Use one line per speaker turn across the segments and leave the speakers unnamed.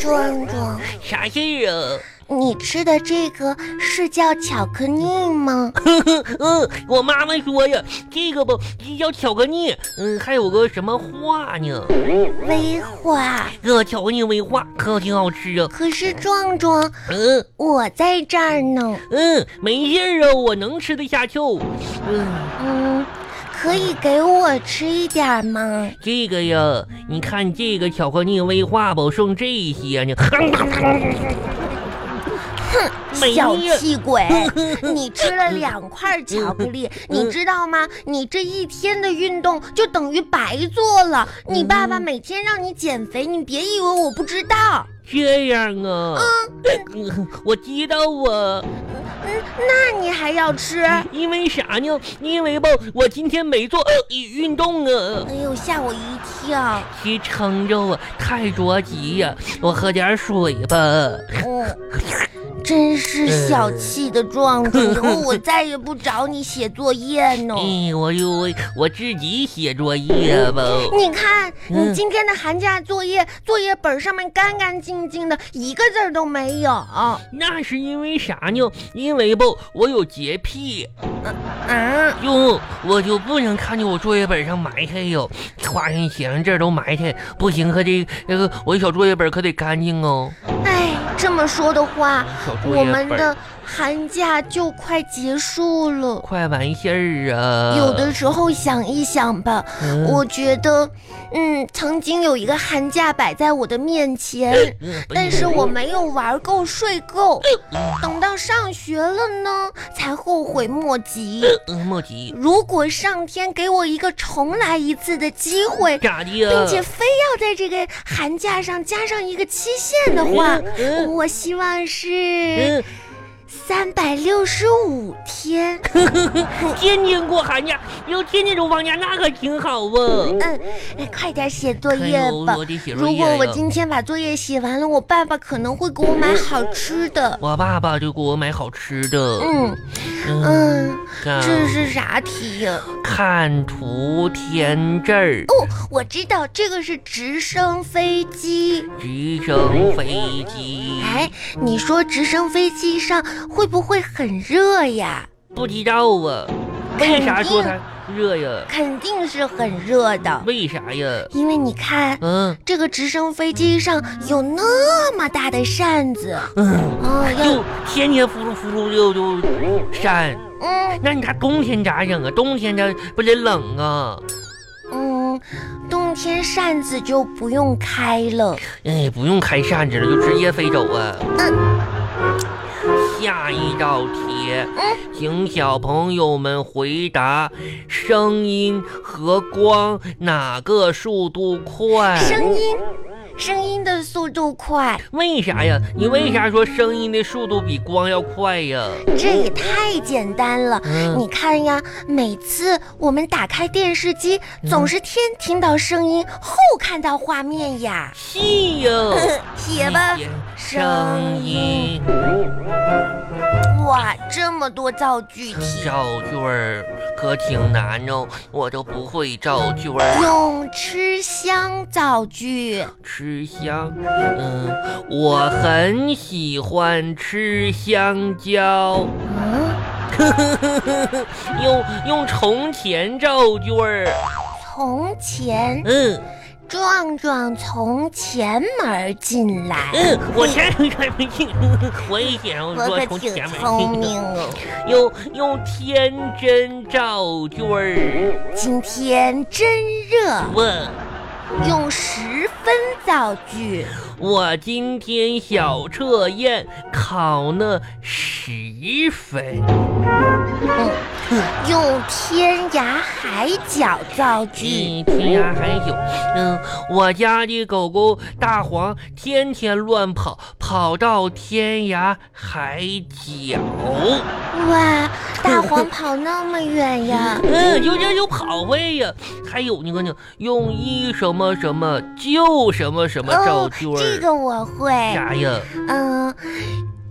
壮壮，
啥事儿啊？
你吃的这个是叫巧克力吗？
嗯，我妈妈说呀，这个吧，这叫巧克力，嗯，还有个什么画呢？
威化。
这巧克力威化可挺好吃啊。
可是壮壮，
嗯
我在这儿呢。
嗯，没事儿啊，我能吃得下去。嗯，
嗯，可以给我吃一点儿吗？
这个呀，你看这个巧克力威化吧，剩这些呢。没
小
呀
气鬼，你吃了两块巧克力，你知道吗？你这一天的运动就等于白做了。你爸爸每天让你减肥，你别以为我不知道。
这样啊，嗯我知道啊，
嗯，那你还要吃？哎
因为啥呢？因为吧，我今天没做、呃运动啊，
哎呦，吓我一跳。
吃撑着啊，太着急呀、我喝点水吧。
嗯，真是小气的壮壮，以后我再也不找你写作业呢。
哎，我就我我自己写作业吧。
你看，
嗯
你今天的寒假作业作业本上面干干净净的，一个字儿都没有啊！
那是因为啥呢？因为吧，我有洁癖，
嗯
就我就不能看见我作业本上埋汰哟，画上写上字儿都埋汰，不行，可得这个我小作业本可得干净哦。
哎，这么说的话，
小作
我
业
们
本
的寒假就快结束了。
快完事儿啊！
有的时候想一想吧，
嗯，
我觉得，嗯，曾经有一个寒假摆在我的 面前，
嗯
但是我没有玩够、睡够，
哎
等到上学了呢，才后悔莫及。
嗯莫急，
如果上天给我一个重来一次的机会，
咋的呀？
并且非要在这个寒假上加上一个期限的话，
嗯嗯
我希望是
嗯，
三百六十五 天。
天天过寒假，要天天都放假，那可挺好啊。
嗯，哎快点写作
哎
业
呦
吧
我。得写作
如
业
果我
呀
今天把作业写完了，我爸爸可能会给我买好吃的。
我爸爸就给我买好吃的。
嗯
嗯，
嗯，
看
这是啥题呀、
看图填字儿，
哦，我知道，这个是直升飞机。
直升飞机。
哎，你说直升飞机上会不会很热呀？
不知道啊，
哎
为啥说它热呀？
肯定是很热的，
为啥呀？
因为你看
嗯
这个直升飞机上有那么大的扇子，
嗯，
啊，要
就天天呼噜呼噜就就扇。
嗯
那你看冬天咋整啊？冬天它不得冷啊？
嗯，冬天扇子就不用开了。
哎，不用开扇子了，就直接飞走啊。
嗯
下一道题，请小朋友们回答：声音和光哪个速度快？
声音，声音的速度快，
为啥呀？你为啥说声音的速度比光要快呀？
这也太简单了。
嗯
你看呀，每次我们打开电视机，总是先听到声音，后看到画面呀。
是呀，
嗯写吧，
嗯声音
哇，这么多造句题，
造句儿可挺难哦，我都不会造句儿。
用吃香造句。
吃香，嗯，我很喜欢吃香蕉。
嗯，
用用从前造句儿，
从前
嗯
壮壮从前门进来，
嗯，我前面开门进，我也写上
我
说
可
从
挺
前面
聪
进。
明哦。
用用天真造句儿，
今天真热，
我
用十分造句。
我今天小测验考了十分。
嗯，用天涯海角造句。
嗯，天涯海角。嗯，我家的狗狗大黄天天乱跑，跑到天涯海角。
哇，大黄跑那么远呀！
嗯，就这就跑位呀。还有那个呢，用一什么什么就什么什么造句儿。
哦这个我会。
啥呀？
嗯，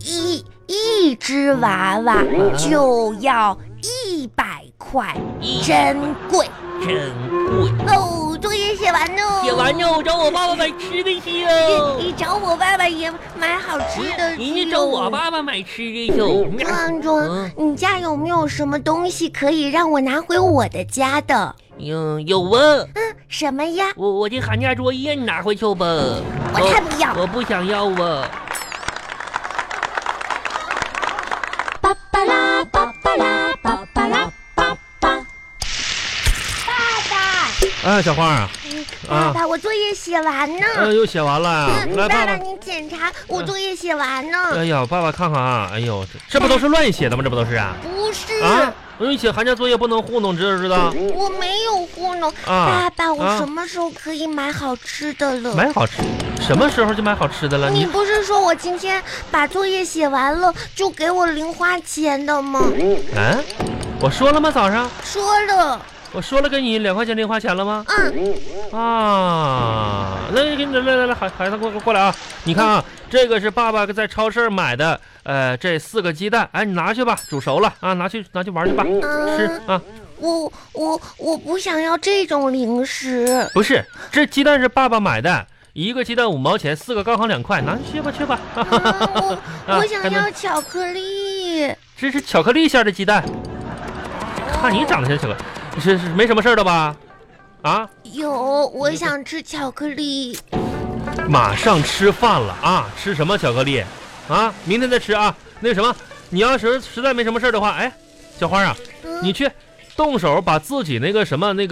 一一只娃娃就要一百块，
一
珍贵。
真贵。
哦，作业写写完呢。
写完呢，我找我爸爸买吃的去哟。
你你找我爸爸也买好吃的
嗯
去哟。
人家找我爸爸买吃的去。
壮
嗯
壮，你家有没有什么东西可以让我拿回我的家的？
有有啊，
嗯，什么呀？
我我这寒假作业你拿回去吧。
我才不要
我不想要啊。
巴巴拉巴巴拉巴巴拉巴巴。
哎，小花啊，
嗯爸
啊
爸，我作业写完呢。
呃，又写完了啊，
嗯
来
爸
爸
爸，
爸。
您检查我作业写完呢。
哎呀，爸爸看看啊，哎呦，这这不都是乱写的吗？这不都是啊？
不是，
啊，我说你写寒假作业不能糊弄，知道知道？
我没有糊弄。
啊
爸爸，我
啊
什么时候可以买好吃的了？
买好吃，什么时候就买好吃的了？
你
你
不是说我今天把作业写完了就给我零花钱的吗？
嗯、我说了吗？早上
说了，
我说了给你两块钱零花钱了吗？
嗯，
啊，来来来来来来，孩孩子过过过来啊！你看啊，这个是爸爸在超市买的，呃，这四个鸡蛋，哎，你拿去吧，煮熟了啊，拿去拿去玩去吧，吃啊。
我我我不想要这种零食。
不是，这鸡蛋是爸爸买的，一个鸡蛋五毛钱，四个刚好两块，拿去吧去吧。啊
啊、我我
还
想
能
要巧克力。
这是巧克力馅儿的鸡蛋，看你长得像巧克力，是是没什么事儿的吧？啊，
有，我想吃巧克力。
马上吃饭了啊，吃什么巧克力？啊，明天再吃啊。那什么，你要是实在没什么事儿的话，哎，小花啊，
嗯
你去动手把自己那个什么那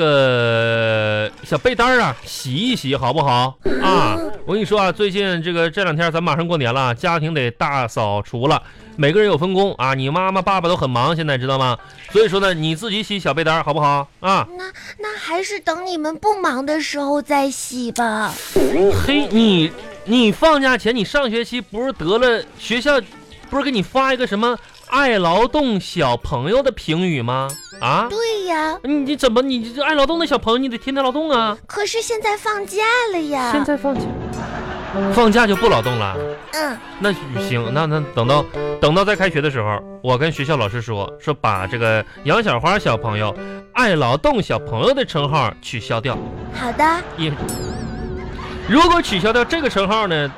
个小被单儿啊洗一洗，好不好？啊，我跟你说啊，最近这个这两天咱马上过年了，啊家庭得大扫除了，每个人有分工啊，你妈妈爸爸都很忙，现在知道吗？所以说呢，你自己洗小被单儿好不好？啊，
那那还是等你们不忙的时候再洗吧。
嘿，你你放假前你上学期不是得了学校不是给你发一个什么爱劳动小朋友的评语吗？啊？
对呀，
你你怎么你这爱劳动的小朋友，你得天天劳动啊！
可是现在放假了呀。
现在放假，放假就不劳动了。
嗯，
那行，那那等到等到再开学的时候，我跟学校老师说说，把这个杨小花小朋友、爱劳动小朋友的称号取消掉。
好的。
也，如果取消掉这个称号呢，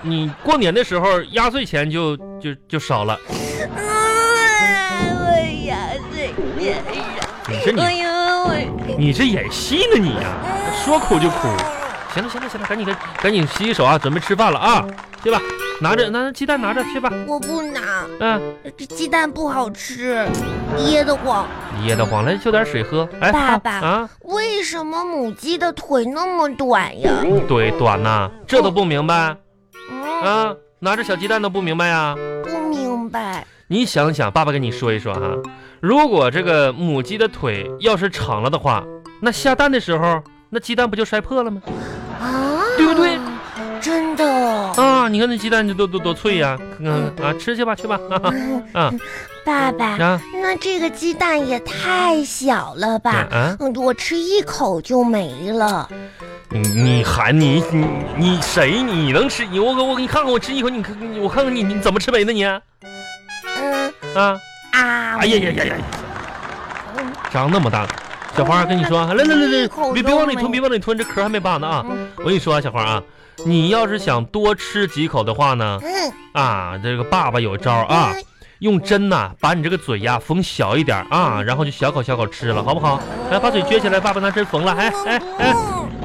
你过年的时候压岁钱就就就少了。
嗯，哎我牙碎变
你这
哎
你
呦，我
你这演戏呢你呀、说哭就哭。行了行了行了，赶紧赶赶紧洗洗手啊，准备吃饭了啊，去吧，拿着拿着鸡蛋拿着去吧，
我不拿，
嗯、
这鸡蛋不好吃，噎得慌。
噎得慌，来就点水喝。哎，
爸爸
啊，
为什么母鸡的腿那么短呀？
对，短呐、这都不明白
嗯，
啊？拿着小鸡蛋都不明白呀、
不明白。
你想想，爸爸跟你说一说哈、如果这个母鸡的腿要是长了的话，那下蛋的时候，那鸡蛋不就摔破了吗？
啊，
对不对？
真的，
啊，你看那鸡蛋就多多多脆呀、看看啊，吃去吧，去吧，哈哈啊
爸爸，
啊
那这个鸡蛋也太小了
啊
吧？
啊！
嗯，我吃一口就没了。
你你喊你你你谁？你能吃？你我我我给你看看，我吃一口，你看我看看你你怎么吃没的你啊？
嗯啊，
哎呀呀呀呀！长那么大了，小花跟你说，啊来来来来，别别往里吞，别往里吞，这壳还没扒呢啊！
嗯
我跟你说啊，小花啊，你要是想多吃几口的话呢，
嗯
啊，这个爸爸有招啊，用针呐、把你这个嘴呀、缝小一点啊，然后就小口小口吃了，好不好？来，把嘴撅起来，爸爸拿针缝了，哎哎哎。
嗯